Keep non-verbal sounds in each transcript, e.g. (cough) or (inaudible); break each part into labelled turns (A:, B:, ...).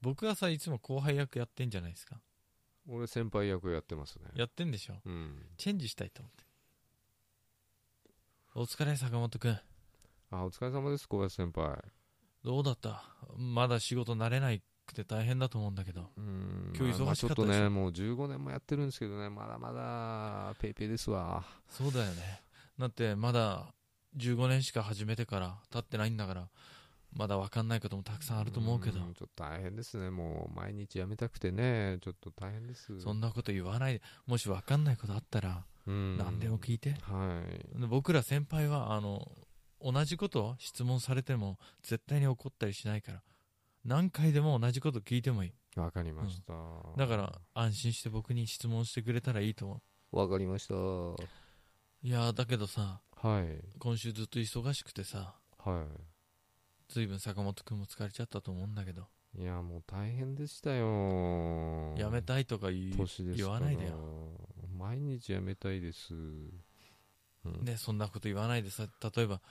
A: 僕はさ、いつも後輩役やってんじゃないですか。
B: 俺先輩役やってますね
A: やってんでしょ。
B: うん
A: チェンジしたいと思って。お疲れ、坂本くん。
B: あお疲れ様です小林先輩
A: どうだったまだ仕事慣れないくて大変だと思うんだけど。
B: うん
A: 今日忙しかったでしょ
B: まあちょっとねもう15年もやってるんですけどねまだまだペイペイですわ
A: そうだよね。だって、まだ15年しか始めてから経ってないんだから、まだわかんないこともたくさんあると思うけど、
B: んちょっと大変ですねもう毎日やめたくてねちょっと大変です
A: そんなこと言わないで、もしわかんないことあったら、
B: うん
A: 何でも聞いて。
B: はい
A: で僕ら先輩はあの同じことを質問されても絶対に怒ったりしないから何回でも同じこと聞いてもいい
B: わかりました、
A: だから安心して僕に質問してくれたらいいと思
B: わかりましたは
A: ういやーだけどさ
B: い
A: 今週ずっと忙しくてさ
B: は
A: 随分坂本くんも疲れちゃったと思うんだけど、
B: いいやもう大変でしたよ
A: やめたいとか言い
B: 年です
A: 言
B: から
A: わないでよ
B: 毎日やめたいです、うん
A: ねそんなこと言わないでさ例えば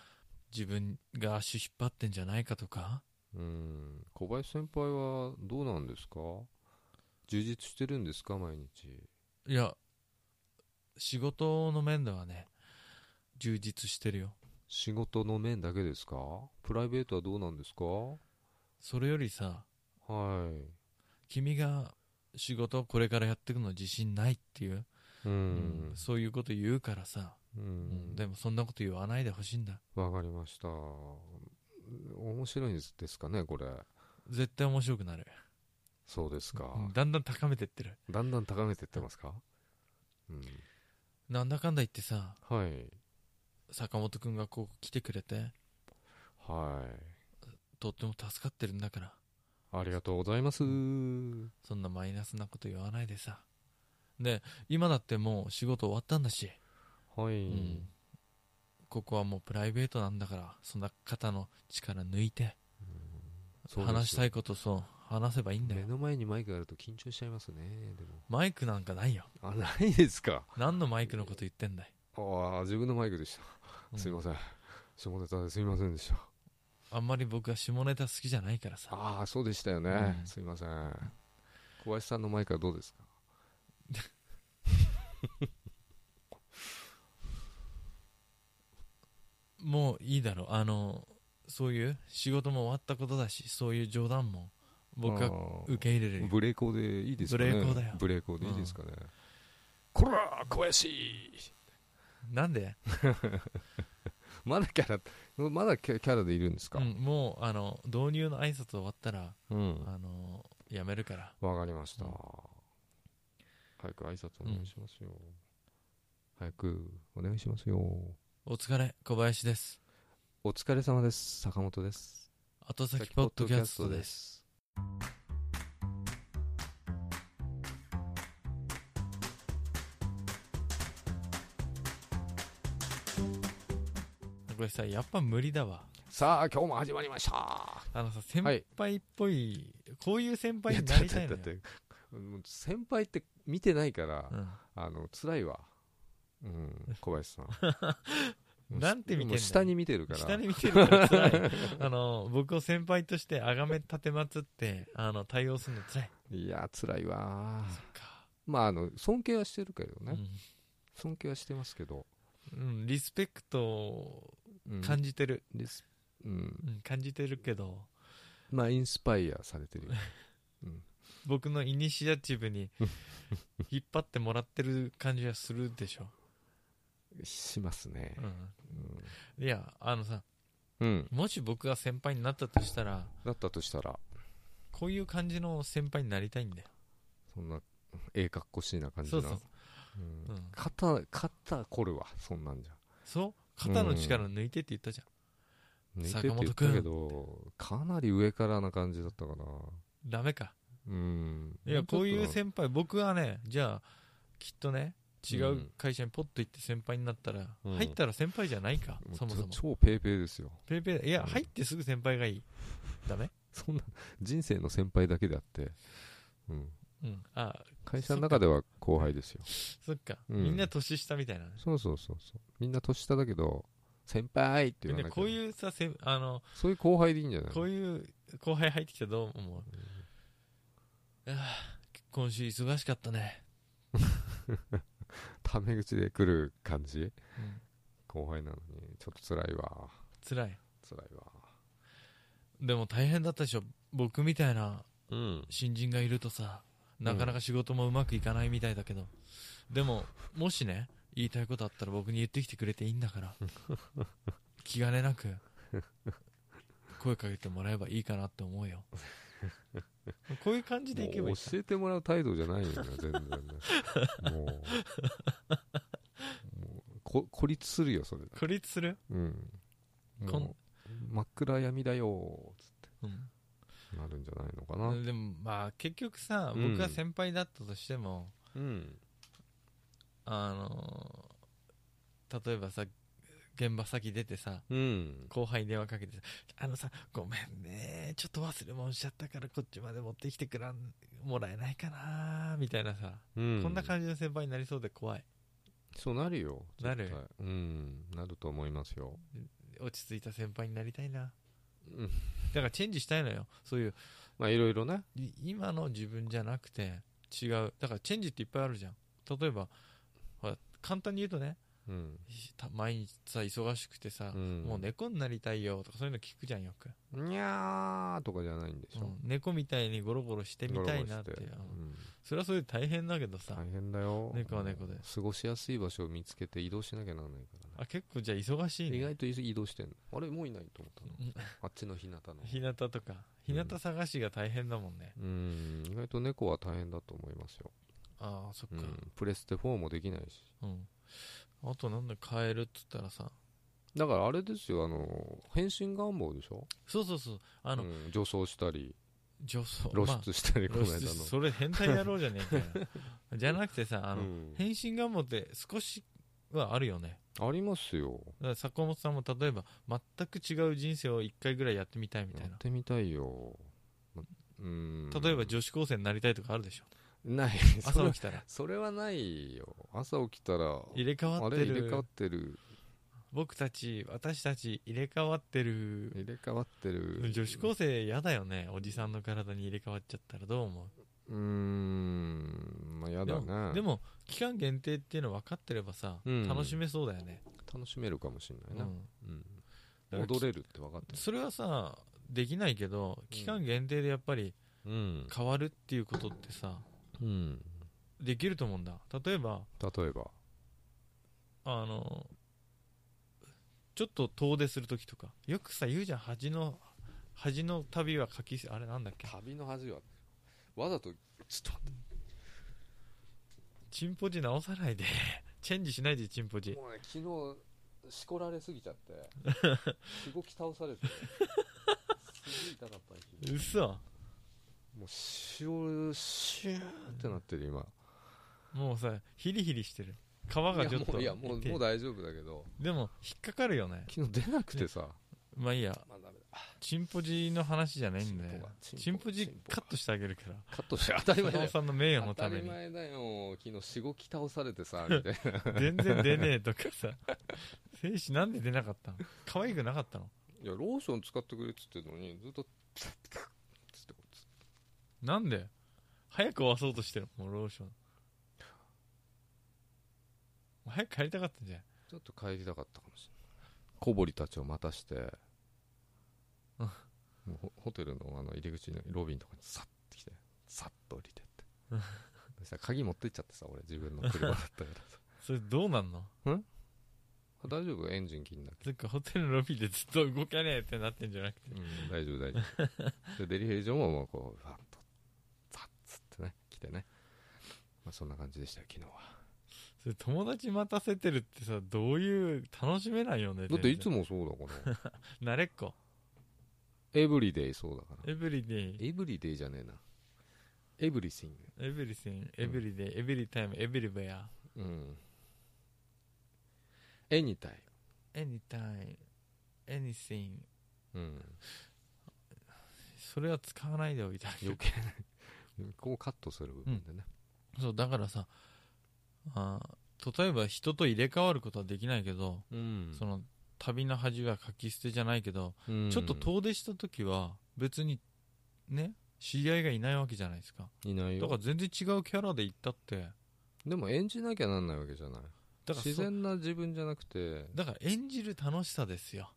A: 自分が足引っ張ってんじゃないかとか
B: うん小林先輩はどうなんですか充実してるんですか毎日
A: いや仕事の面ではね充実してるよ
B: 仕事の面だけですかプライベートはどうなんですか
A: それよりさ
B: はい
A: 君が仕事をこれからやっていくの自信ないっていう、う
B: う
A: んんそういうこと言うからさ、
B: う
A: うん
B: ん
A: でもそんなこと言わないでほしいんだ
B: わかりました面白いんですですかねこれ
A: 絶対面白くなる
B: そうですか、
A: うんだんだん高めてってる
B: だんだん高めていってますかうん
A: なんだかんだ言ってさ
B: はい
A: 坂本くんがここ来てくれて
B: はい
A: とっても助かってるんだから
B: ありがとうございます。
A: そんなマイナスなこと言わないでさで今だってもう仕事終わったんだし、
B: はい、
A: うんここはもうプライベートなんだからそんな肩の力抜いて
B: そうです
A: 話したいことそう話せばいいんだ
B: 目
A: よ
B: の前にマイクがあると緊張しちゃいますね。でも。
A: マイクなんかないよ
B: あ、ないですか。
A: 何のマイクのこと言ってんだい、
B: ああ、自分のマイクでした。
A: うん
B: すいません。下ネタですいませんでした。
A: あんまり僕は下ネタ好きじゃないからさ
B: ああ、そうでしたよね。
A: うん
B: すいません。小林さんのマイクはどうですか
A: もういいだろうあのそういう仕事も終わったことだしそういう冗談も僕は
B: は
A: 受け入れるよ
B: ブレーコーでいいですかね。
A: 無礼講だよ
B: ブレーコーでいいですかね。こら、小林
A: なんで、
B: まだキャラ、まだキャキャラでいるんですか
A: うん、もうあの導入の挨拶終わったら
B: うん
A: あのやめるから
B: わかりました、
A: うん
B: 早く挨拶お願いしますよ、早くお願いしますよ
A: お疲れ小林です
B: お疲れ様です坂本です
A: 後先ポッドキャストです
B: す
A: これさやっぱ無理だわ
B: さあ今日も始まりました
A: あのさ先
B: はい
A: 輩っぽい、こういう先輩に
B: だ
A: な
B: っ
A: り
B: て
A: た
B: だ
A: い
B: っ
A: の
B: て
A: よ
B: だってうん先輩って見てないから、
A: うん
B: あの辛いわうん小林さ
A: (laughs)
B: んもう
A: なんて見てんだよ
B: もう下に見てるから
A: 下に見てるから
B: (laughs)
A: 辛いあの僕を先輩としてあがめ立てまつってあの対応するの辛い
B: いや辛いわ
A: そっか
B: まああの尊敬はしてるけどね、
A: うん
B: 尊敬はしてますけど、
A: うん、リスペクトを
B: うん
A: 感じてる、
B: ですうん
A: うん感じてるけど
B: まあインスパイアされてるよ
A: 僕のイニシアチブ
B: (laughs)
A: に引っ張ってもらってる感じはするでしょ、
B: しますね
A: ういやあのさ
B: うん、うん
A: もし僕が先輩になったとしたら
B: だったとしたら
A: こういう感じの先輩になりたいんだよ
B: そんなええかっこしいな感じ
A: そ
B: な
A: うそう、
B: うん
A: うん、
B: 肩肩凝るわそんなんじゃ
A: そう肩の力抜いてって言ったじゃん
B: 抜いてっ
A: 坂
B: て
A: 本
B: 言ったけどかなり上からな感じだったかな
A: ダメか
B: うん
A: いやこういう
B: ちょっ
A: 先輩僕はねじゃあきっとね違ううん会社にポッと行って先輩になったら、
B: うん
A: 入ったら先輩じゃないか、
B: とな
A: そもそも
B: ちょ超ペーペーですよ
A: ペイペイいや
B: うん
A: 入ってすぐ先輩がいいダメ
B: そんな人生の先輩だけであって、うん、
A: うんあ
B: 会社の中では後輩ですよ
A: そっか、
B: うん
A: みんな年下みたいなね
B: そうそうそうそうみんな年下だけど先輩って言わ
A: で
B: なきゃ
A: こういうさせあの
B: そういう後輩でいいんじゃない
A: こういう後輩入ってきたらどう思う、今週忙しかったね、
B: タメ口で来る感じ
A: うん、
B: 後輩なのにちょっと辛いわ
A: 辛い
B: 辛いわ
A: でも大変だったでしょ僕みたいな
B: うん
A: 新人がいるとさなかなか仕事もうまくいかないみたいだけど、でももしね言いたいことあったら僕に言ってきてくれていいんだから
B: (laughs)
A: 気兼ねなく声かけてもらえばいいかなって思うよこういう感じでいけばいい
B: も
A: う
B: 教えてもらう態度じゃないよね全然ね
A: (laughs)
B: もうもうこ孤立するよそれ
A: 孤立する、
B: うん
A: こん
B: もう真っ暗闇だよ
A: うん
B: なるんじゃないのかな
A: でもまあ結局さ
B: うん
A: 僕が先輩だったとしても、
B: うん
A: あのー例えばさ現場先出てさ、
B: うん
A: 後輩に電話かけてあのさごめんねちょっと忘れ物しちゃったからこっちまで持ってきてくらんもらえないかなみたいなさ、こんな感じの先輩になりそうで怖い
B: じそうなるよ
A: なる
B: 絶対うんなると思いますよ
A: 落ち着いた先輩になりたいな
B: うん
A: だからチェンジしたいのよそういう
B: まあいろいろね
A: い今の自分じゃなくて違うだからチェンジっていっぱいあるじゃん例えばほら簡単に言うとね
B: うん
A: た毎日さ忙しくてさ、もう猫になりたいよとかそういうの聞くじゃんよく、
B: にゃーとかじゃないんでし
A: う
B: ょ
A: ん猫みたいにゴロゴロしてみたいなって
B: ゴロゴロして
A: うん
B: うん
A: それはそれで大変だけどさ、
B: 大変だよ
A: 猫は猫で
B: 過ごしやすい場所を見つけて移動しなきゃならないからね
A: あ結構じゃあ忙しい
B: 意
A: ね
B: 外と移動してんのあれもういないと思ったの
A: うん
B: あっちの日向の
A: (laughs) 日向とか日向探しが大変だもんね、
B: (laughs) うん意外と猫は大変だと思いますよ、
A: ああそっ
B: う
A: か
B: ん、プレステ4もできないし
A: うん、あとなんだカエルっつったらさ
B: だからあれですよあの変身願望でしょ
A: そうそうそうあの、
B: うん女装したり
A: 女装
B: 露
A: まあ
B: 出したり、この
A: 露出
B: 間の
A: それ変態野郎じゃねえかよ (laughs) じゃなくてさあの、
B: うん
A: 変身願望って少しはあるよね
B: ありますよ
A: だから坂本さんも例えば全く違う人生を一回ぐらいやってみたいみた
B: や
A: い
B: っ
A: な
B: てみたいよまうん
A: 例えば女子高生になりたいとかあるでしょ
B: ない
A: (laughs)
B: そ
A: 朝
B: れ
A: 起きたら
B: それはないよ朝起きたら
A: 入れ替わ
B: あ
A: って
B: れ
A: る
B: 入れ替わってる
A: 僕たち私たち入れ替わってる
B: 入れ替わってる
A: 女子高生嫌だよねおじさんの体に入れ替わっちゃったらどう思
B: うーんまあや
A: う
B: だ
A: も
B: な
A: でも期間限定っていうの分かってればさ、
B: うん
A: 楽しめそうだよね、
B: 楽しめるかもしれ
A: う
B: ないな、
A: ん
B: うん
A: だから
B: 戻れるって分かってる
A: それはさできないけど期間限定でやっぱり
B: うん、
A: 変わるっていうことってさ
B: うん、
A: できると思うんだ例えば
B: 例えば
A: あのちょっと遠出するときとかよくさ言うじゃん恥の恥の旅は書きあれなんだっけ
B: 旅の恥はわざとちょっと待
A: チンポジ直さないで (laughs) チェンジしないでチンポジ
B: もうね昨日しこられすぎちゃって (laughs) しごき倒されてすごい痛かった昨日
A: 嘘
B: もう塩シューってなってる今
A: もうさヒリヒリしてる皮がちょっと
B: いやもういやもう
A: 痛い
B: もう大丈夫だけど
A: でも引っかかるよね
B: 昨日出なくてさ、
A: まあいいや
B: まあダメだ
A: チンポジの話じゃないんだ
B: チンポ
A: よ
B: がチンポ
A: チンポジ
B: チンポが
A: カットしてあげるから
B: カットして当たり
A: 坂
B: 前だよ
A: 本さんの名誉
B: 当
A: の
B: た
A: ため
B: り
A: に
B: 前だよ昨日しごき倒されてさみたいな
A: 全然出ねえとかさ精子なんで出なかったの可愛くなかったの
B: いやローション使ってくれっつってんのにずっと (laughs) つってこうつ
A: なんで早く終わそうとしてるもうローション早く帰りたかったんじゃん
B: ちょっと帰りたかったかもしれない小堀たちを待たして
A: うん
B: もうホホテルのあの入り口のロビーのとこにさって来てさっと降りてって
A: うん
B: そしたら鍵持ってっちゃってさ俺自分の車だったからさ
A: それどうなんの
B: あ大丈夫エンジン切んなきゃ
A: そっかホテルのロビーでずっと動けねえってなってんじゃなくて
B: うん大丈夫大丈夫でデリヘル嬢ももうこうふわっとザッつってね来てね、まあ、そんな感じでしたよ昨日は
A: それ友達待たせてるってさどういう楽しめないよね
B: だっていつ
A: も
B: もそうだから
A: 慣れっこ
B: エブリデイそうだから
A: エブリデイ
B: エブリデイじゃねえなエブリシング
A: エブリシンエブリデイエブリタイムエブリベア
B: うんエニタイ
A: エニタイムエニシン
B: ムうん
A: それは使わないでおいてあげ
B: 余
A: る
B: 計なこうカットする部分でね、
A: そうだからさあー例えば人と入れ替わることはできないけど、
B: うん
A: その旅の恥は書き捨てじゃないけど、
B: うん
A: ちょっと遠出した時は別にね知り合いがいないわけじゃないですか
B: いない
A: だから
B: よ
A: 全然違うキャラで行ったって
B: でも演じなきゃなんないわけじゃな
A: だ
B: い
A: からそ
B: 自然な自分じゃなくて
A: だから演じる楽しさですよ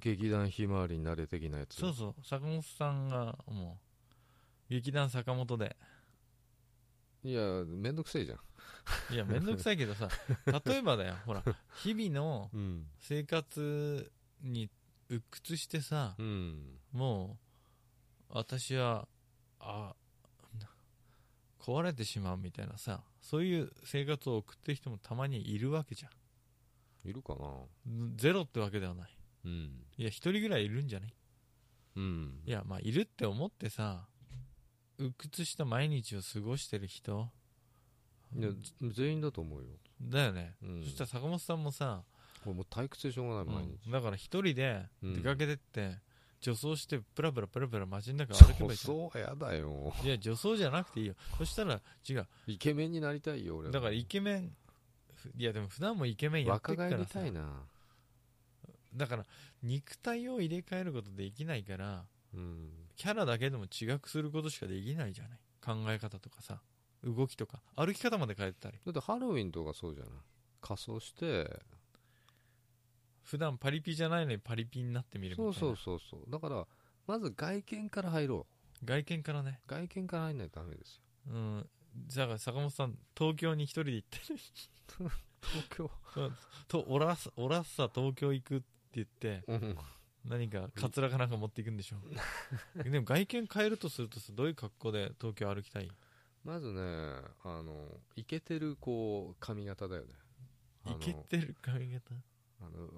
B: 劇団ひまわりになれ的なやつ
A: そうそう坂本さんがもう劇団坂本で
B: いやめんどくせえじゃん
A: い (laughs) やめんどくさいけどさ例えばだよほら日々の
B: うん
A: 生活に鬱屈してさ
B: うん
A: もう私はあな壊れてしまうみたいなさそういう生活を送ってる人もたまにいるわけじゃ
B: いるかなん
A: ゼロってわけではない
B: うん
A: いや一人ぐらいいるんじゃない
B: うん
A: いやまあいるって思ってさ鬱屈した毎日を過ごしてる人
B: いや全員だと思うよ、
A: だよね、
B: うん、
A: そしたら坂本さんもさ、
B: これもう退屈でしょうがない毎日、
A: うんだから一人で
B: うん
A: 出かけてって、女装してプラプラプラプラ街の中
B: そ
A: 歩けば
B: う
A: いいじゃん
B: そうやだよ
A: いや女装じゃなくていいよそしたら違う
B: イケメンになりたいよ俺は
A: だからイケメンふいやでも普段もイケメンやって
B: 若
A: るか
B: 返
A: ら
B: り
A: さ
B: たいな
A: だから肉体を入れ替えることできないから
B: うん
A: キャラだけでも違くすることしかできないじゃない考え方とかさ動きとか歩き方まで変えてたり
B: だってハロウィンとかそうじゃない仮装して
A: 普段パリピじゃないのにパリピになってみるみたい
B: そ
A: な
B: うそうそうそうだからまず外見から入ろう
A: 外見からね
B: 外見から入んないとダメですよ
A: うんだから坂本さん東京に一人で行って
B: 東京
A: とオラッオラッサ東京行くって言って
B: うん
A: 何かカツラかなんか持っていくんでしょ
B: (laughs)
A: でも外見変えるとするとさどういう格好で東京歩きたい
B: まずねあのイケてるこう髪型だよねあ
A: イ
B: の
A: ケてる髪型
B: あの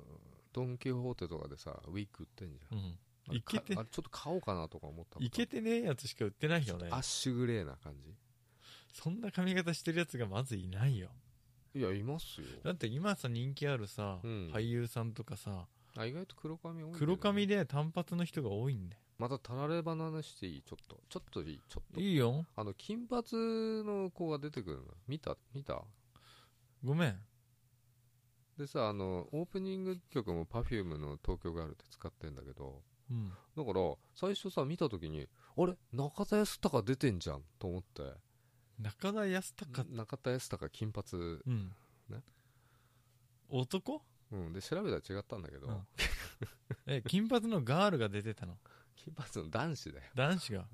B: ドン・キホーテとかでさウィッグ売ってんじゃん
A: うん
B: あれ
A: イケて
B: かあれちょっと買おうかなとか思ったこと
A: イケてねえやつしか売ってないよね
B: アッシュグレーな感じ
A: そんな髪型してるやつがまずいないよ
B: いやいますよ
A: だって今さ人気あるさ、
B: うん
A: 俳優さんとかさ
B: あ意外と黒髪多いんだよね
A: 黒髪で短髪の人が多いんで
B: またたらればの話していいちょっとちょっといいちょっと
A: いいよ
B: あの金髪の子が出てくるの見た見た
A: ごめん
B: でさあのオープニング曲も Perfume の「東京ガール」って使ってんだけど
A: うん
B: だから最初さ見た時にあれ中田康隆出てんじゃんと思って
A: 中田康隆
B: 中田康隆金髪
A: うん
B: ね
A: 男
B: うんで調べたら違ったんだけど、
A: うんえ金髪のガールが出てたの
B: 金髪の男子だよ
A: 男子
B: (laughs)
A: が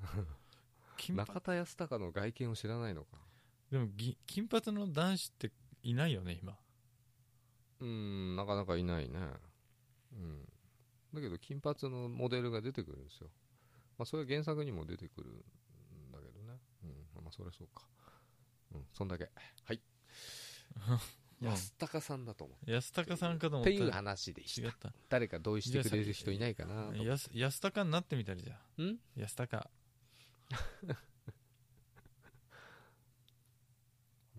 A: 金髪
B: 中田康隆の外見を知らないのか
A: でもぎ金髪の男子っていないよね今
B: うーんなかなかいないねうんだけど金髪のモデルが出てくるんですよまあそれは原作にも出てくるんだけどねうんまあそりゃそうかうんそんだけはい
A: (laughs) うん
B: 安高さんだと思
A: 安高さんかと思
B: うっ
A: った
B: て
A: ら
B: いう話でし
A: 違ったた
B: 誰か同意してくれる人いないかなと
A: 安安高になってみたりじゃ
B: ん
A: 安高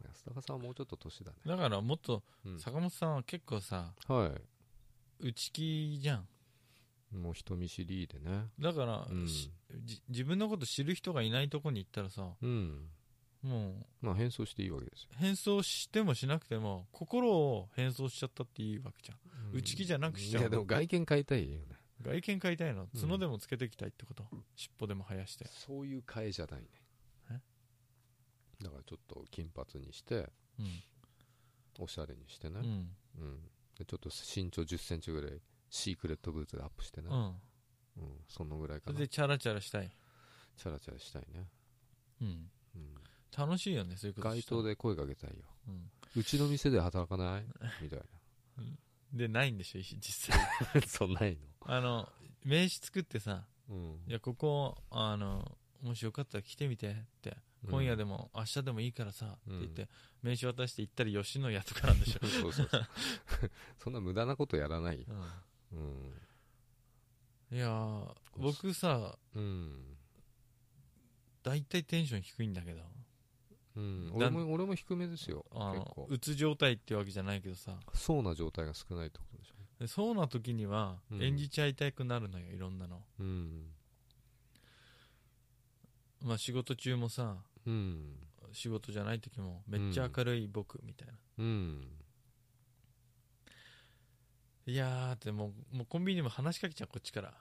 B: 安高さんはもうちょっと年だね
A: だからもっと
B: うん
A: 坂本さんは結構さ
B: は
A: 内気じゃん
B: いもう人見知りでね
A: だから、
B: うん
A: しじ自分のこと知る人がいないとこに行ったらさ
B: うん
A: もう
B: まあ変装していいわけですよ
A: 変装してもしなくても心を変装しちゃったっていいわけじゃん内気じゃなくしちゃう
B: いやでも外見変えたいよね
A: 外見変えたいの
B: うん
A: 角でもつけてきたいってこと、尻尾でも生やして
B: そういう変えじゃないね
A: え
B: だからちょっと金髪にして
A: うん、
B: おしゃれにして
A: う
B: ね、
A: ん
B: うんでちょっと身長1 0センチぐらいシークレットブーツでアップしてね、
A: うん、
B: うんそのぐらい
A: そ
B: か
A: れ
B: な
A: で
B: チ
A: チャラチャラしたい、
B: ャラチャラしたいね、
A: うん、
B: うん、
A: 楽しいよねそういうこと
B: 街
A: したら
B: 頭、で声かけたいよ
A: うん
B: うちの店で働
A: (laughs)
B: かないみたい
A: でないんでしょ実
B: (laughs)
A: 際
B: なそんない
A: あの名刺作ってさ
B: の、うん
A: いやここあのもしよかったら来てみてって
B: うん
A: 今夜でも、明日でもいいからさって言って、
B: う、
A: 名刺渡して行ったり吉野家とかなんでしょ
B: そうそう (laughs) そうそんな無駄なことやらないようん、
A: いやー僕さ
B: うん
A: 大体テンション低いんだけど
B: うん、
A: だ
B: 俺
A: ん
B: も俺も低めですよ
A: あ
B: 結
A: の
B: 構
A: うつ状態ってわけじゃないけどさ
B: そうな状態が少ないってことでしょ
A: でそうな時には
B: うん
A: 演じちゃいたくなるのよ、いろんなの、
B: うん
A: まあ、仕事中もさ
B: うん
A: 仕事じゃない時もめっちゃ明るい僕みたいな、
B: うん
A: いやーってもうもうコンビニも話しかけちゃうこっちから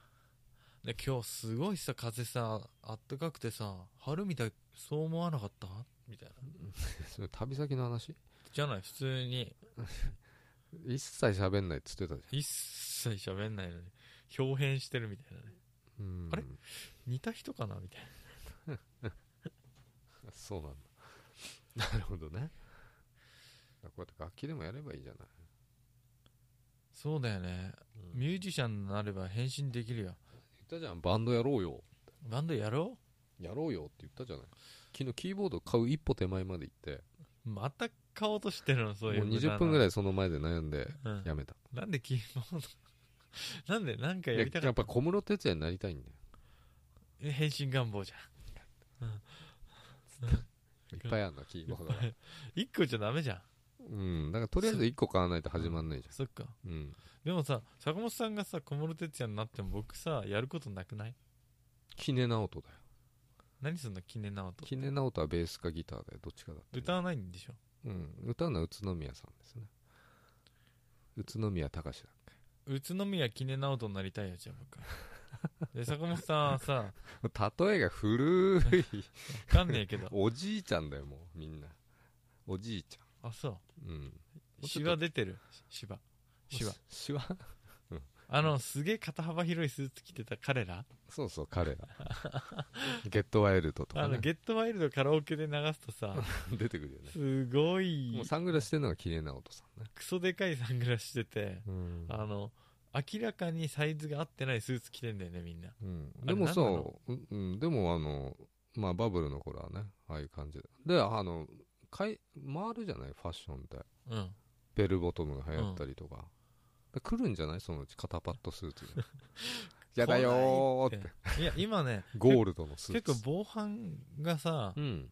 A: で今日すごいさ風さあったかくてさ春みたいそう思わなかったみたいな
B: それ旅先の話
A: じゃない普通に
B: 一切喋んないっつってたじ
A: 一切喋んないのに表変してるみたいなね
B: ゃんうん
A: あれ似た人かなみたいな
B: そうなんだ (laughs) なるほどねこうやって楽器でもやればいいじゃない、
A: そうだよねミュージシャンになれば変身できるよ
B: 言ったじゃんバンドやろうよ
A: バンドやろ
B: やろうよって言ったじゃない昨日キーボード買う一歩手前まで行って
A: うまた買おうとしてるのそういう
B: もう20分ぐら
A: い、
B: いその前で悩んで
A: うん
B: やめた、
A: なんでキーボード (laughs) なんでなんかや
B: や
A: りたか
B: や
A: っ
B: っぱ小室哲也になりたいんだよ
A: た変身願望じ
B: いっぱいあるなキーボードが
A: ゃん1個じゃダメじゃん
B: うんだからとりあえず1個買わないと始まんないじ
A: そっか
B: ゃん、うん、
A: でもさ坂本さんがさ小室哲哉になっても僕さやることなくない
B: キネナオトだよ
A: 何すんのキネナオと
B: キネナオトはベースかギターだよどっちかだって
A: 歌わないんでしょ
B: うん、歌うのは宇都宮さんですね宇都宮隆だ
A: 宇都宮キネナオとになりたいよじゃあ僕で坂本さんはさ
B: 例えが古
A: (laughs)
B: い
A: わかんねえ
B: (laughs)
A: けど
B: おじいちゃんだよもうみんなおじいち
A: あそ
B: ゃんうん
A: うシワ出てるシワシワ
B: しわ
A: あのすげえ肩幅広いスーツ着てた彼ら
B: そうそう彼らゲットワイルドと
A: あ
B: か、
A: の
B: ね、
A: ゲットワイルドカラオケで流すとさ
B: 出てくるよね
A: すご
B: も
A: いう
B: サングラスしてるのが綺麗な音さんね
A: クソでかいサングラスしてて
B: うん
A: あの明らかにサイズが合ってないスーツ着てんだよねみんな
B: うん、
A: あれ
B: でもさ、
A: 何な
B: うんうん、でもあの、まあ、バブルの頃はねああいう感じでであのかい回るじゃないファッションって
A: うん
B: ベルボトムが流行ったりとか、で来るんじゃないそのうち肩パッドスーツがやだよーって
A: いや今ね
B: ゴールド (laughs) のスー
A: 結
B: ツ
A: 構防犯がさ
B: うん、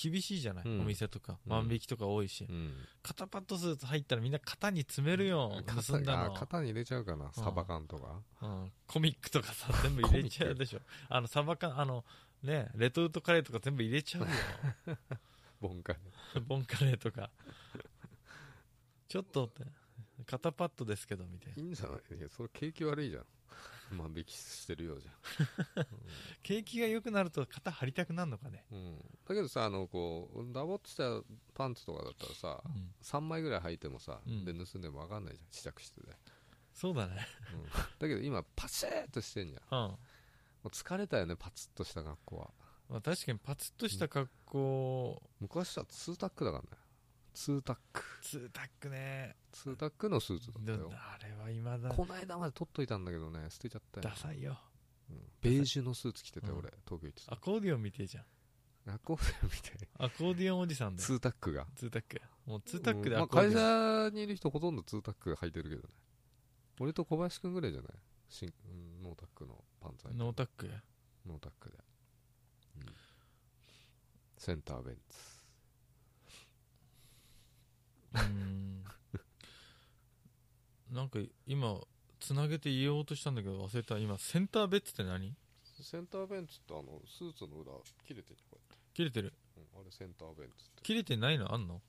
A: 厳しいじゃない、
B: うん
A: お店とか
B: うん
A: 万引きとか多いし、
B: うん、
A: 肩パッドスーツ入ったらみんな肩に詰めるよ、盗
B: 肩
A: んだ
B: が
A: の、
B: 肩に入れちゃうかなサバ缶とか、
A: うん、コミックとかさ全部入れちゃうでしょあのサバ缶あのねレトルトカレーとか全部入れち
B: (laughs)
A: ゃうよ
B: ボンカレ
A: ボンカレーとかちょっとって肩パッドですけどみたい
B: い
A: ない
B: んじゃないいやそれ景気悪いじゃん万引きしてるようじ
A: 景気が良くなると肩張りたくなるのかね
B: ゃん、うん、だけどさあのこうダボっとしたパンツとかだったらさ、
A: うん
B: 3枚ぐらい履いてもさ、
A: うん
B: で盗んでも分かんないじゃん試着室で、
A: そうだね
B: うんだけど今パシッとしてんじゃん
A: うん
B: もう疲れたよねパツッとした格好は
A: まあ、確かにパツッとした格好、
B: 昔はツータックだからねツータック
A: ツータックね
B: ツータックのスーツだ
A: で
B: ったよ
A: もあれは今だ
B: この間まで取っといたんだけどね捨てちゃったよ
A: ダ、サいよ
B: うんベージュのスーツ着てたよ
A: うん
B: 俺東京行って
A: アコーディオンみてえじゃん
B: た学校生みたい
A: アコーディオンおじさんだよ
B: ツータックが
A: ツータックもうツータックでア
B: うんまあ
A: コーデ
B: 会
A: ィオン、
B: 社にいる人ほとんどツータック履いてるけどね俺と小林くんぐらいじゃないしんうんノータックのパンツ履いてる
A: ノータック
B: ノータックで、センターベンツ
A: うーん (laughs) なんか今つなげて言おうとしたんだけど忘れた今センターベッツって何
B: センターベンツってあのスーツの裏切れてるこ
A: 切れてる
B: うやって、うんあれセンターベンツっ
A: 切れてないのあんの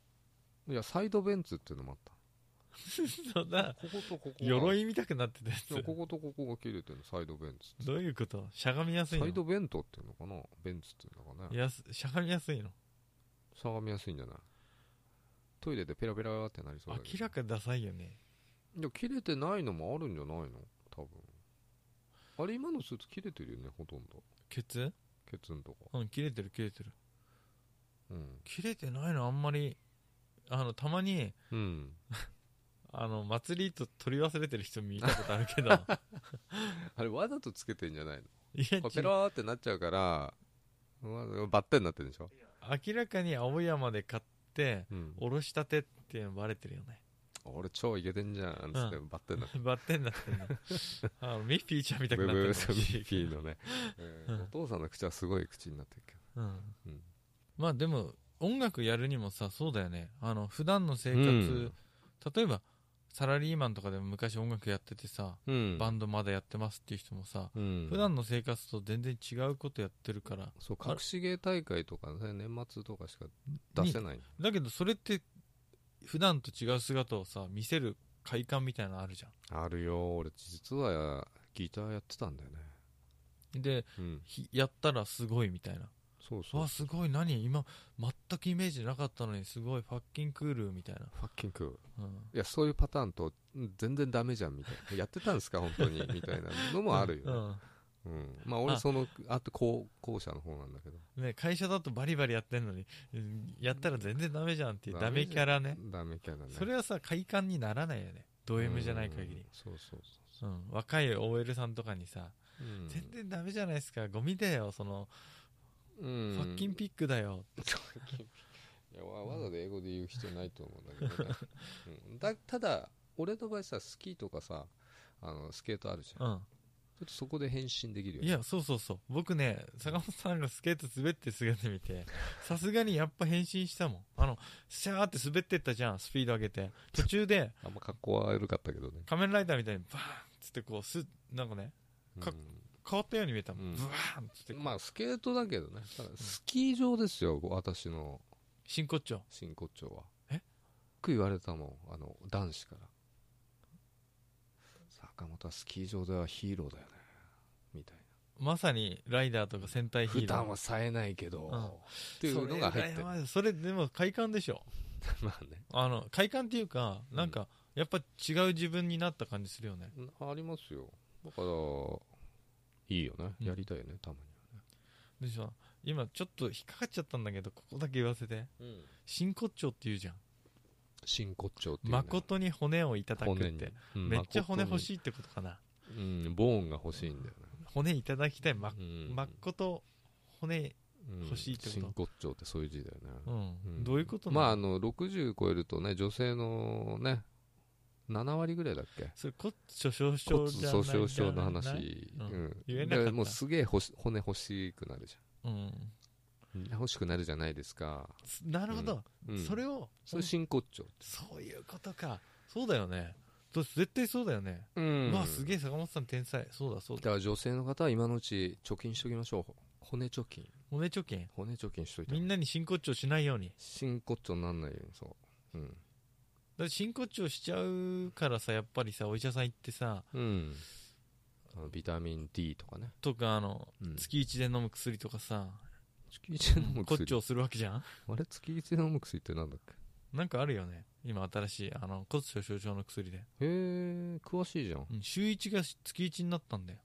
B: ていやサイドベンツっていうのもあった
A: (laughs) そうだ
B: こことここが
A: 鎧みたくなってたや
B: いやこ
A: つ
B: ことここが切れてるのサイドベンツ
A: どういうことしゃがみやすい
B: サ
A: の
B: イドベントっていうのかなベンツっていうのかね
A: やすしゃがみやすいの
B: しゃがみやすいんじゃないトイレでペラペラってなりそうだけど
A: 明らかにダサいよね
B: いや切れてないのもあるんじゃないの多分あれ今のスーツ切れてるよねほとんど
A: ケツ
B: ケツンとか
A: うん切れてる切れてる
B: うん
A: 切れてないのあんまりあのたまに
B: うん
A: あの祭りと取り忘れてる人見たことある
B: (laughs)
A: けどい
B: あれわざとつけてんじゃないの
A: や
B: こうペ
A: 違う
B: ローってなっちゃうからうわバッテンになってるんでしょ、
A: 明らかに青山で買って
B: うん、
A: おろしたてっていうのバレてるよね
B: 俺超イケてんじゃんつって、
A: う
B: バッテンになって
A: バッテンにな
B: (laughs)
A: ってんのあのミッフィーちゃんみたく
B: ブ
A: な
B: ブ
A: ってる
B: ーミッフ
A: (laughs)
B: ィーのね、う
A: うん
B: んお父さんの口はすごい口になってるけ
A: うん
B: ど、うん
A: まあでも音楽やるにもさそうだよねあの普段の生活、
B: うん
A: 例えばサラリーマンとかでも昔音楽やっててさ、
B: うん
A: バンドまだやってますっていう人もさ、
B: うん、
A: 普段の生活と全然違うことやってるから
B: そう
A: あれ
B: 隠し芸大会とかね年末とかしか出せない
A: だけどそれって普段と違う姿をさ見せる快感みたいなのあるじゃん
B: あるよ俺実はギターやってたんだよね
A: で
B: うん、
A: ひやったらすごいみたいな
B: そうそう
A: わすごい何今全くイメージなかったのにすごいファッキンクールみたいな、
B: ファッキンクール
A: うん
B: いやそういうパターンとうん全然ダメじゃんみたいなやってたんですか本 (laughs) 当にみたいなのもあるよね、うんまあ俺
A: あ
B: そのあと後後者の方なんだけど
A: うんね、会社だとバリバリやってんのにうんやったら全然ダメじゃんっていうダ
B: ダメ
A: メ
B: じゃん
A: キャラね
B: ダメキャラね
A: それはさ快感にならないよねド M じゃない限
B: う
A: り
B: ん、そうそう
A: うん、若い OL さんとかにさ、
B: そう、うん
A: 全然ダメじゃないですかゴミだよその、
B: うん
A: ファッキンピックだよ
B: いやわわざと英語で言う必要ないと思うんだけどね、うん、だただ俺の場合さスキーとかさあのスケートあるじゃんちょ
A: うん
B: っとそこで変身できるよね
A: いやそうそうそう僕ね坂本さんがスケート滑ってる姿見てさすがにやっぱ変身したもんあのシャーって滑ってったじゃんスピード上げて途中で
B: あんま格好は悪かったけどね
A: 仮面ライダーみたいにバーンっつってこうすなんかねか変わったように見えたもん、
B: うん
A: ブワーンっつって
B: うん、まあスケートだけどねただスキー場ですよ私の
A: 真骨頂
B: 真骨頂は
A: え
B: よく言われたもんあの男子から坂本はスキー場ではヒーローだよねみたい
A: まさにライダーとか戦隊
B: な
A: ヒ
B: 普
A: ーロー
B: 段は冴えないけど、
A: うん
B: っていうのが入って
A: それ
B: るま (laughs)
A: 羨ましいそれでも快感でしょ
B: あね
A: あの快感っていうかなんかやっぱ違う自分になった感じするよね
B: ありますよだからいいよね
A: うん
B: やりたいよね、たま
A: でしょ今ちょっと引っかかっちゃったんだけどここだけ言わせて
B: に、
A: 真骨頂って言うじゃん
B: 真骨頂っていう、ね、
A: 誠に骨をいただくっ
B: 骨に
A: て、
B: うん
A: めっちゃ骨欲
B: い、
A: しいってことかな
B: うん、ボーンが欲しいんだよね、
A: 骨いただきたいま
B: うん
A: 誠骨
B: うん
A: 欲しいってこと
B: 真骨頂ってそういう字だよね、
A: うん、
B: うん
A: どういうことなの、
B: まああの60超えるとね女性のね7割ぐらいだっけ
A: それ骨粗鬆症
B: 骨
A: じゃない
B: 粗しょう症の
A: ない
B: 話
A: うん
B: うん
A: 言えなか
B: だ
A: った
B: からもうすげえ欲し骨欲しくなるじ
A: うん
B: ゃん欲しくなるじゃないですか、
A: つなるほど、
B: うん、
A: それを
B: それ真骨頂
A: そういうことかそうだよねと絶対そうだよね、
B: うん
A: うわすげえ坂本さん天才そうだそう
B: だか
A: だ
B: ら女性の方は今のうち貯金しときましょう骨貯金
A: 骨貯金
B: 骨貯金しといた
A: みんなに真骨頂しないように
B: 真骨頂にならないようにそううん
A: だって真骨頂しちゃうからさやっぱりさお医者さん行ってさ
B: うんあのビタミン D とかね、
A: とかあの
B: うん、月
A: 月一で飲む薬とかさ
B: 1で飲む
A: 骨
B: 薬
A: 頂するわけじゃん
B: あれ月1で飲む薬ってなんだっけ
A: なんかあるよね今新しいあの骨粗鬆症の薬で、
B: へえ詳しいじゃん
A: うん週1が月1になったんだよ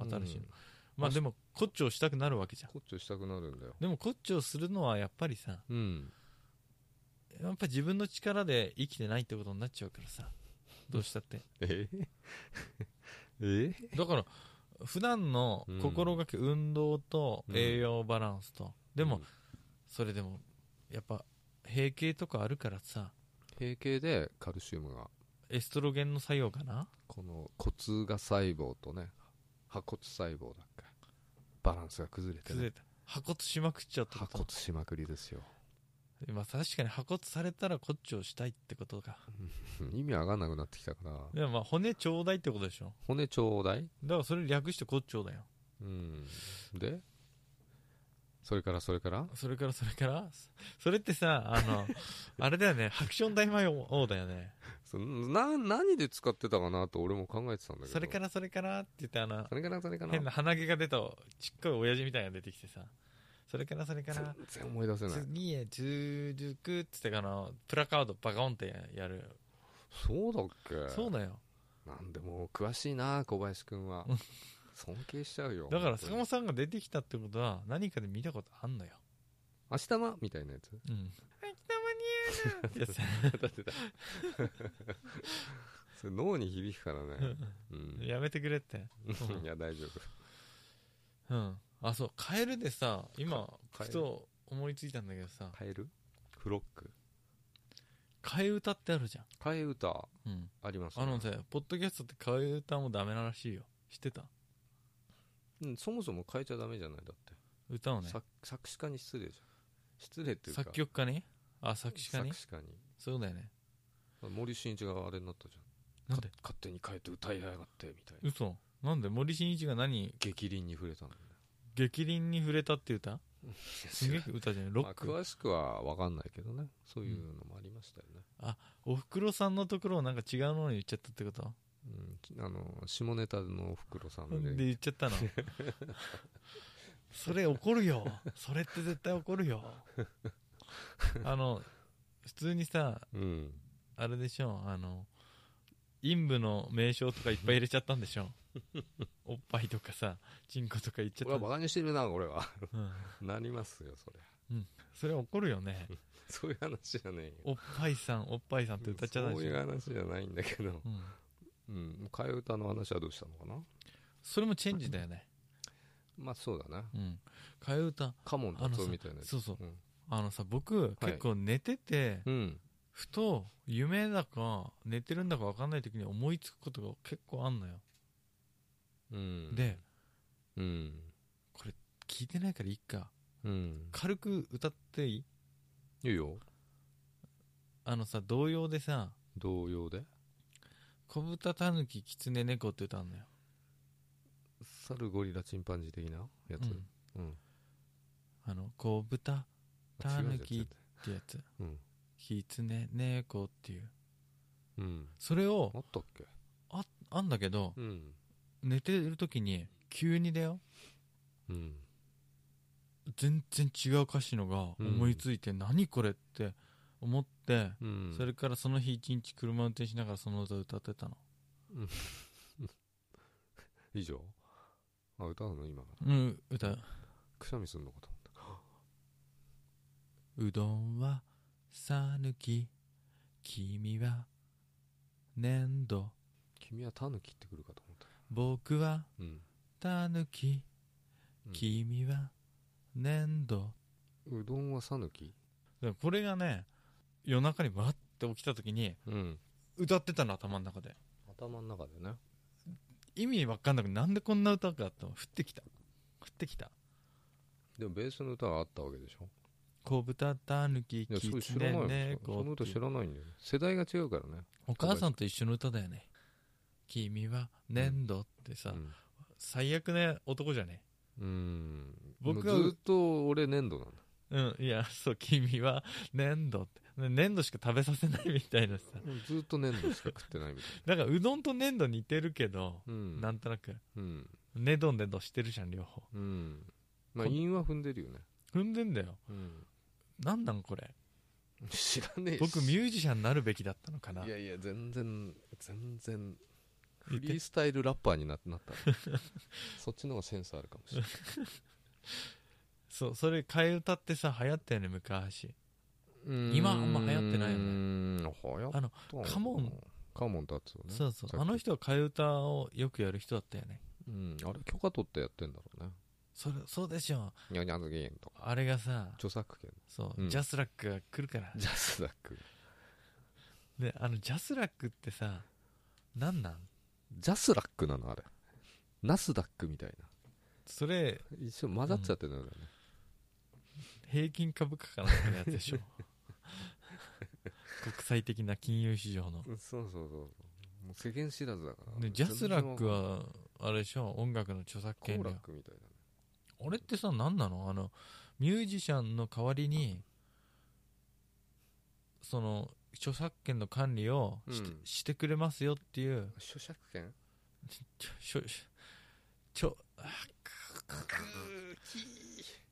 A: 新しいの、
B: うん
A: まあでも骨頂したくなるわけじゃん
B: こっちをしたくなるんだよ
A: でも骨頂するのはやっぱりさ
B: うん
A: やっぱ自分の力で生きてないってことになっちゃうからさどうしたって
B: ええ
A: だから普段の心がけ運動と栄養バランスと、でも、それでもやっぱ閉経とかあるからさ
B: 閉経でカルシウムが
A: エストロゲンの作用かな
B: この骨が細胞とね破骨細胞だっけバランスが崩れて、
A: 崩
B: ね、
A: れた破骨しまくっちゃった
B: 破
A: こと
B: 骨しまくりですよ (laughs)
A: まあ確かに破骨されたらこっちをしたいってことか
B: 意味わかんなくなってきたから
A: でもまあ骨ちょうだいってことでしょ
B: 骨ちょうだい
A: だからそれ略してこっちょうだよ
B: うんでそれからそれから
A: それからそれからそれってさあ (laughs) のあれだよねハクション大魔王だよね
B: そな何で使ってたかなと俺も考えてたんだけど
A: それからそれからって言ってあの
B: それからそれから
A: 変な鼻毛が出たちっこい親父みたいなのが出てきてさそれからそれから
B: 全然思い出せない
A: 次へ続くっつってあのプラカードバカオンってやる
B: そうだっけ
A: そうだよ
B: なんでも詳しいな小林くんは尊敬しちゃうよ
A: だから
B: 本
A: 坂
B: 当に
A: 本さんが出てきたってことは何かで見たことあんのよ
B: 足玉みたいなやつ
A: うん秋玉にやな
B: だってだ (laughs) それ脳に響くからねう
A: やつ (laughs)
B: ん
A: やめてくれって
B: (laughs) いや大丈
A: う
B: 夫
A: んあそうカエルでさ今
B: カエ
A: ふ
B: ル
A: と思いついたんだけどさ
B: カエルフロック
A: 替え歌ってあるじゃん
B: 替え歌
A: うん
B: ありますね
A: あのさポッドキャストって替え歌もダメならしいよ知ってた
B: うんそもそも変えちゃダメじゃないだっ
A: 歌を
B: て
A: ね
B: 作作詞家に失礼じゃん失礼っていうか
A: 作曲家にあ作詞家に
B: 作詞家に
A: そうだよね
B: 森進一があれになったじゃん
A: なんで
B: か勝手に変えて歌いやがってみたいな
A: 嘘なんで森進一が何
B: 激凛に触れたのね
A: 逆鱗に触れたって歌すげえ歌じゃんロッ
B: ま
A: ク
B: あ詳しくは分かんないけどねそういうのもありましたよね、
A: おふくろさんのところをなんか違うのに言っちゃったってこと
B: うん、あの下ネタのおふくろさん
A: で
B: で
A: 言っちゃ
B: (laughs)
A: ったのそれ怒るよそれって絶対怒るよあの普通にさ
B: うん
A: あれでしょあの陰部の名称とかいっぱい入れちゃったんでし
B: (laughs)
A: ょおっぱいとかさチンコとか言っちゃった
B: うわ
A: んで
B: バカにしてるな俺は (laughs)
A: うん、
B: なりますよそりゃ
A: それ怒るよね
B: そういう話じゃねえよ
A: おっぱいさんおっぱいさんって歌っちゃった
B: そ
A: でし
B: ういう
A: ょ、
B: 話じゃないんだけど、
A: うん、
B: うん、替え歌の話はどうしたのかな
A: それもチェンジだよね、
B: まあそうだな
A: うん、替え歌
B: カモン達夫みたいなやつ
A: そうそう
B: うん
A: あのさ僕結構寝てて、
B: うん
A: ふと夢だか寝てるんだか分かんない時に思いつくことが結構あんのよ、
B: うん
A: で
B: うん
A: 聞いてないからいいか
B: うん
A: 軽く歌っていい
B: いいよ
A: あのさ童謡でさ
B: 同様で
A: 「小豚たぬききつね猫」って歌うのよ、
B: 猿ゴリラチンパンジー的なやつ、
A: うん
B: うん
A: あの「小豚たぬき」ってやつ
B: うん
A: 「きつね猫」っていう
B: うん
A: それ
B: あ
A: を
B: ったっけ
A: ああんだけど
B: うん
A: 寝てる時に急にだよ
B: うん
A: 全然違う歌詞のが思いついて「何これ?」って思って、
B: うん
A: それからその日一日車運転しながらその歌歌ってたの
B: 以上あ歌うの今か
A: う
B: ら
A: ん歌う
B: くしゃみすんのかと思った
A: うどんはさぬき君は粘土
B: 君はタヌキってくるかと思った
A: 僕は
B: うん
A: たぬき
B: うん
A: 君は粘土、
B: うどんはさぬき
A: だからこれがね夜中にわって起きた時に
B: うん
A: 歌ってたの頭の中で
B: 頭の中でね
A: 意味わかんなくてなんでこんな歌があったの降ってきた降ってきた
B: でもベースの歌はあったわけでしょ
A: 小豚たぬき
B: いやそれ
A: き
B: 知
A: つ
B: らない
A: ね
B: よ
A: 猫
B: その
A: って
B: 歌
A: いう
B: 知らないんだよね世代が違うからね
A: お母さんと一緒の歌だよね君は粘土ってさ、
B: うん
A: 最悪な男じゃね
B: うん
A: 僕
B: も
A: は
B: うずっと俺粘土なんだ
A: うん、いや、そう、君は粘土って。ね粘土しか食べさせないみたいなさ。
B: ずっと粘土しか食ってな
A: (laughs)
B: いみた
A: だ
B: い
A: から、うどんと粘土似てるけど、
B: なうん
A: なんとなく、
B: うん
A: ねどんねどしてるじゃん、両方。
B: うんまあ
A: こん
B: 韻は踏んでるよね
A: 踏んでんだよ。
B: うん
A: なんなんこれ。
B: 知らねえし
A: 僕、ミュージシャンになるべきだったのかな。
B: いやいや全然全然
A: 言
B: フ
A: って
B: リースタイルラッパーにな
A: (laughs)
B: なったらそっちの方がセンスあるかもしれない
A: そう、それ、替え歌ってさ、流行ったよね、昔。 (laughs) 今
B: 今
A: あんま流行ってないよね
B: ね流行った
A: あのカモン
B: カモン達夫ね
A: そうそう
B: さ。っき
A: あの人は替え歌をよくやる人だったよね。
B: うんあれ許可取ってやってんだろうね
A: それ、そうでしょ。
B: ニャニャズゲーンとか
A: あれがさ、
B: 著作
A: (laughs)
B: 権
A: そう、
B: うん
A: ジャスラックが来るから。
B: ジャスダック
A: で、あの、ジャスラックってさ、なんなん
B: ジャスラックなのあれナスダックみたいな
A: それ、
B: 一緒に混ざっちゃってるんだよね、
A: 平均株価かなんかのやつで
B: (laughs)
A: しょ国際的な金融市場の、
B: うんそうそうそうそうもう世間知らずだから、
A: ね、ジャスラックはあれでしょ音楽の著作
B: コ
A: 権
B: ー
A: 料
B: ラックみたいなね
A: あれってさ何なのあのミュージシャンの代わりにその著作権の管理をして,、
B: うん
A: してくれますよっていう
B: 著作権
A: ちょしょしょちょあ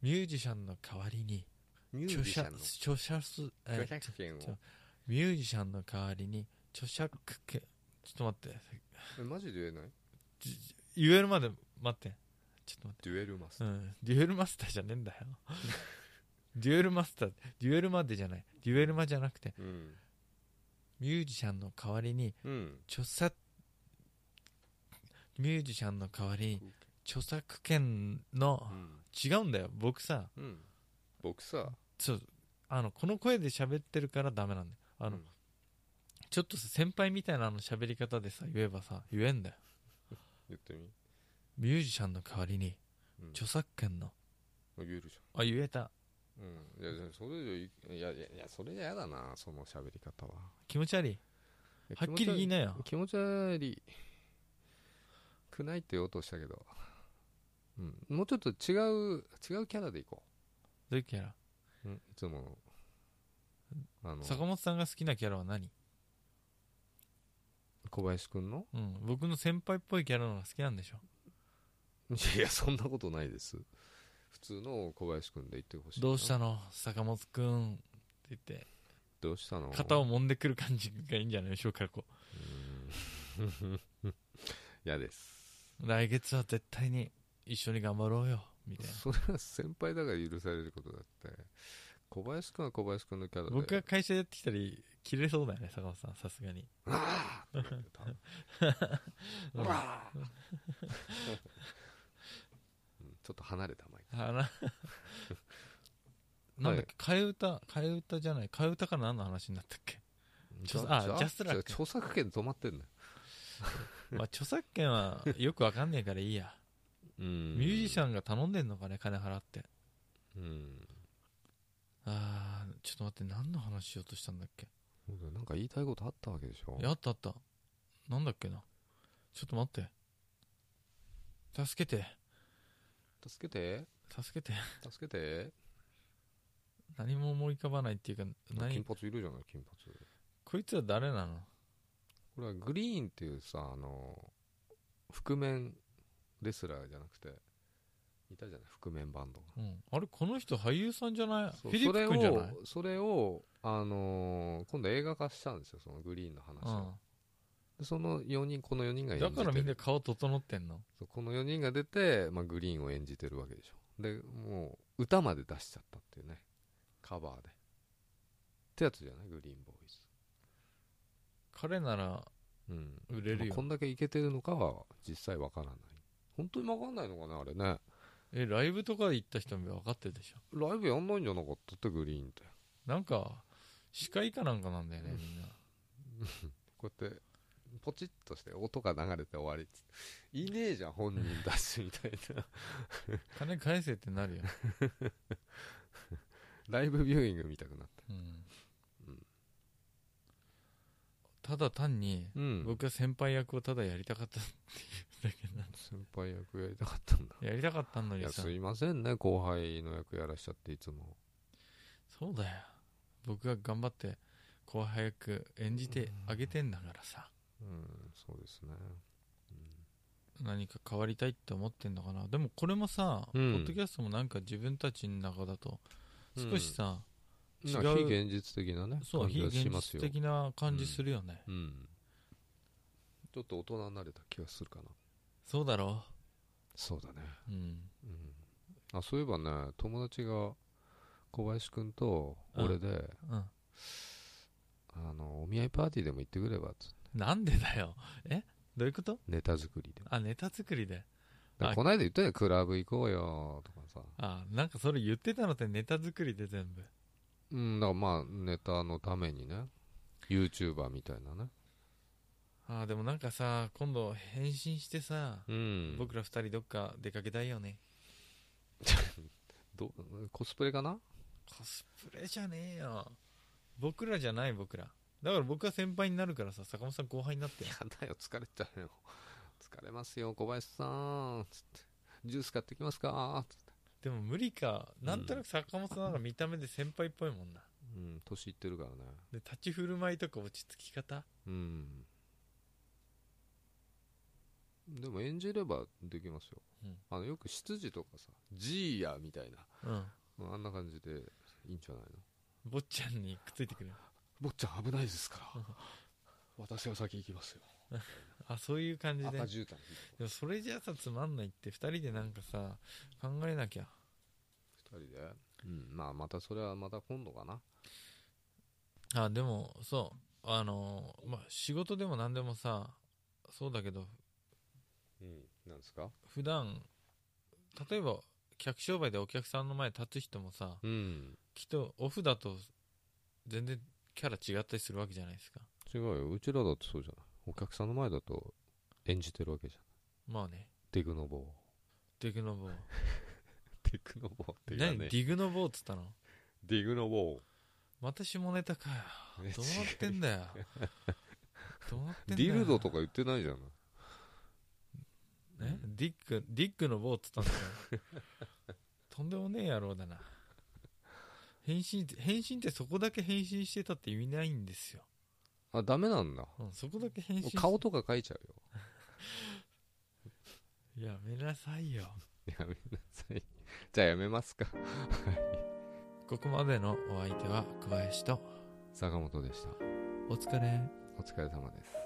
A: ミュージシャンの代わりに
B: ミュー
A: 著
B: ジシ
A: 者
B: ャンの
A: 著者数え
B: 著作権を
A: ちょミュージシャンの代わりに著作権ちょっと待って
B: えマジで言えない
A: 言えるまで待ってちょっと待
B: デュエルマス
A: ってうんデュエルマスターじゃねえんだよ
B: (laughs)
A: デュエルマスターデュエルまでじゃないデュエルマじゃなくて
B: うん
A: ミュージシャンの代わりに
B: うん
A: 著作ミュージシャンの代わりに著作権の
B: うん
A: 違うんだよ僕さ
B: うん僕さ
A: そうあのこの声で喋ってるからダメなんだよあの、
B: うん
A: ちょっとさ先輩みたいなあの喋り方でさ言えばさ言えんだよ
B: 言ってみ
A: ミュージシャンの代わりに
B: うん
A: 著作権の
B: 言えるじ
A: あ言えた
B: ゃんうんいやいやそれじゃいやいやいやそれじゃやだなその喋り方は
A: 気持ち悪いはっきり言いなよ
B: 気持ち悪いくないって言おうとしたけど、うん、もうちょっと違う違うキャラでいこ
A: どういうキャラ
B: う、うん、いつものあの
A: 坂本さんが好きなキャラは何
B: 小林くんの
A: うん、僕の先輩っぽいキャラの方が好きなんでしょ
B: いやそんなことないです普通の小林くんで言ってほしいな
A: どうしたの坂本くんって言って
B: どうしたの
A: 肩を揉んでくる感じがいいんじゃない後ろからこ
B: 嫌です
A: う来月は絶対に一緒に頑張ろうよみたいな
B: それは先輩だから許されることだって小林くんは小林くんのキャラで
A: 僕が会社やってきたら切れそうだよね坂本さんさすがに
B: あーって言ってた
A: うん
B: あーうんちょっと離れたマイク
A: あな (laughs) なんだっけ替え歌替え歌じゃない替え歌から何の話になったっけ、著作あ
B: じゃ
A: ジャスラック
B: じゃ著作権止まってんね
A: まあ、著作権はよくわかんねえからいいやミュージシ
B: ン、
A: ャンが頼んでんのかね金払って
B: うん、
A: あーちょっと待って何の話しようとしたんだっけ
B: なんか言いたいことあったわけでしょ
A: いやあったあったなんだっけなちょっと待って助けて
B: 助けて
A: 助けて
B: 助けて
A: 何も思い浮かばないっていうか
B: 金
A: 何
B: 髪いるじゃない金髪
A: こいつは誰なの
B: これはグリーンっていうさあの覆面レスラーじゃなくていたじゃない覆面バンド
A: うん、あれこの人俳優さんじゃない
B: そ
A: フ
B: う
A: ィリップ君じゃない
B: それをそれをあのー今度映画化したんですよそのグリーンの話を、でその4人この4人が
A: うん、だ
B: 演じてる
A: からみんな顔整ってんの
B: そうこの4人が出て、まあ、グリーンを演じてるわけでしょでもう歌まで出しちゃったっていうねカバーでってやつじゃないグリーンボーイズ
A: 彼なら
B: うん
A: 売れる
B: まあ
A: よ
B: こんだけいけてるのかは実際わからない本当にわかんないのかねあれね
A: えライブとかで行った人も分かってるでしょ
B: ライブやんないんじゃなかったってグリーンって
A: なんか司会かなんかなんだよねみんな
B: こうやってポチッとして音が流れて終わりっつっていねえじゃん本人だしみたいな
A: 金
B: (laughs)
A: 返せってなるよ、
B: ライブビューイング見たくなった
A: うん
B: うん
A: ただ単に
B: うん
A: 僕は先輩役をただやりたかったっていうだけな
B: 先輩役やりたかったんだ
A: やりたかったの
B: い
A: に
B: や
A: さ
B: すいませんね後輩の役やらしちゃっていつも
A: そうだよ僕が頑張って後輩役演じてあげてんだからさ
B: うんそうですね、
A: 何か変わりたいって思ってんのかなでもこれもさ、
B: うん
A: ポッドキャストもなんか自分たちの中だと
B: うん
A: 少しさ、違
B: なん
A: う
B: か非現実的なね
A: そう
B: 感じ
A: 非
B: がし
A: 現
B: ます
A: 実
B: よ
A: 的な感じするよね、
B: うんちょっと大人になれた気がするかな
A: そうだろ
B: そうだね、
A: う、うん、
B: うん、あそういえばね友達が小林くんと俺で、
A: うん、
B: あのお見合いパーティーでも行ってくればっつって
A: なんでだよえどういうこと
B: ネタ作りで
A: あネタ作りで
B: だからこないだ言ったよクラブ行こうよとかさ
A: あなんかそれ言ってたのってネタ作りで全部
B: うんだからまあネタのためにね YouTuber みたいなね
A: あでもなんかさ今度返信してさ、
B: うん
A: 僕ら二人どっか出かけたいよね
B: どコスプレかな
A: コスプレじゃねえよ僕らじゃない僕らだから僕は先輩になるからさ坂本さん後輩になってよ
B: やだよ疲れちゃうよ疲れますよ小林さんつってジュース買ってきますかつって
A: でも無理かなんとなく坂本さんなんか見た目で先輩っぽいもんな
B: うん年いってるからね
A: で立ち振る舞いとか落ち着き方
B: うんでも演じればできますよ、
A: うん
B: あのよく執事とかさジーヤみたいな
A: うん
B: あんな感じでいいんじゃないの
A: 坊ちゃんにくっついてくる
B: 坊ちゃん危ないですから (laughs)
A: うん
B: 私は先行きますよ
A: あそういう感じで
B: 赤絨毯
A: でもそれじゃさつまんないって2人でなんかさ考えなきゃ
B: 二人で、うん、まあまたそれはまた今度かな
A: あでもそうあのーまあ仕事でも何でもさそうだけど
B: うんなんですか
A: 普段例えば客商売でお客さんの前立つ人もさ
B: うん
A: きっとオフだと全然キャラ違ったりするわけじゃないですか
B: 違うようちらだってそうじゃないお客さんの前だと演じてるわけじゃん
A: まあね
B: デグノボー
A: ディグノ (laughs) ボー
B: デグノボーって言わ
A: 何
B: ね
A: デ
B: え
A: ィグノボーっつったの
B: ディグノボー
A: また下ネタかよ (laughs)
B: え
A: どうなってんだよどうなってん
B: デ
A: だよ
B: ィルドとか言ってないじゃない
A: ねディックディックの棒っつったんだよ (laughs) とんでもねえ野郎だな変身って変身ってそこだけ変身してたって意味ないんですよ
B: あダメなんだ
A: うん、そこだけ編
B: も
A: 集
B: う顔とか描いちゃうよ
A: やめなさいよ
B: やめなさいじゃあやめますか
A: ここまでのお相手は小林と
B: 坂本でした
A: お疲れ
B: お疲れ様です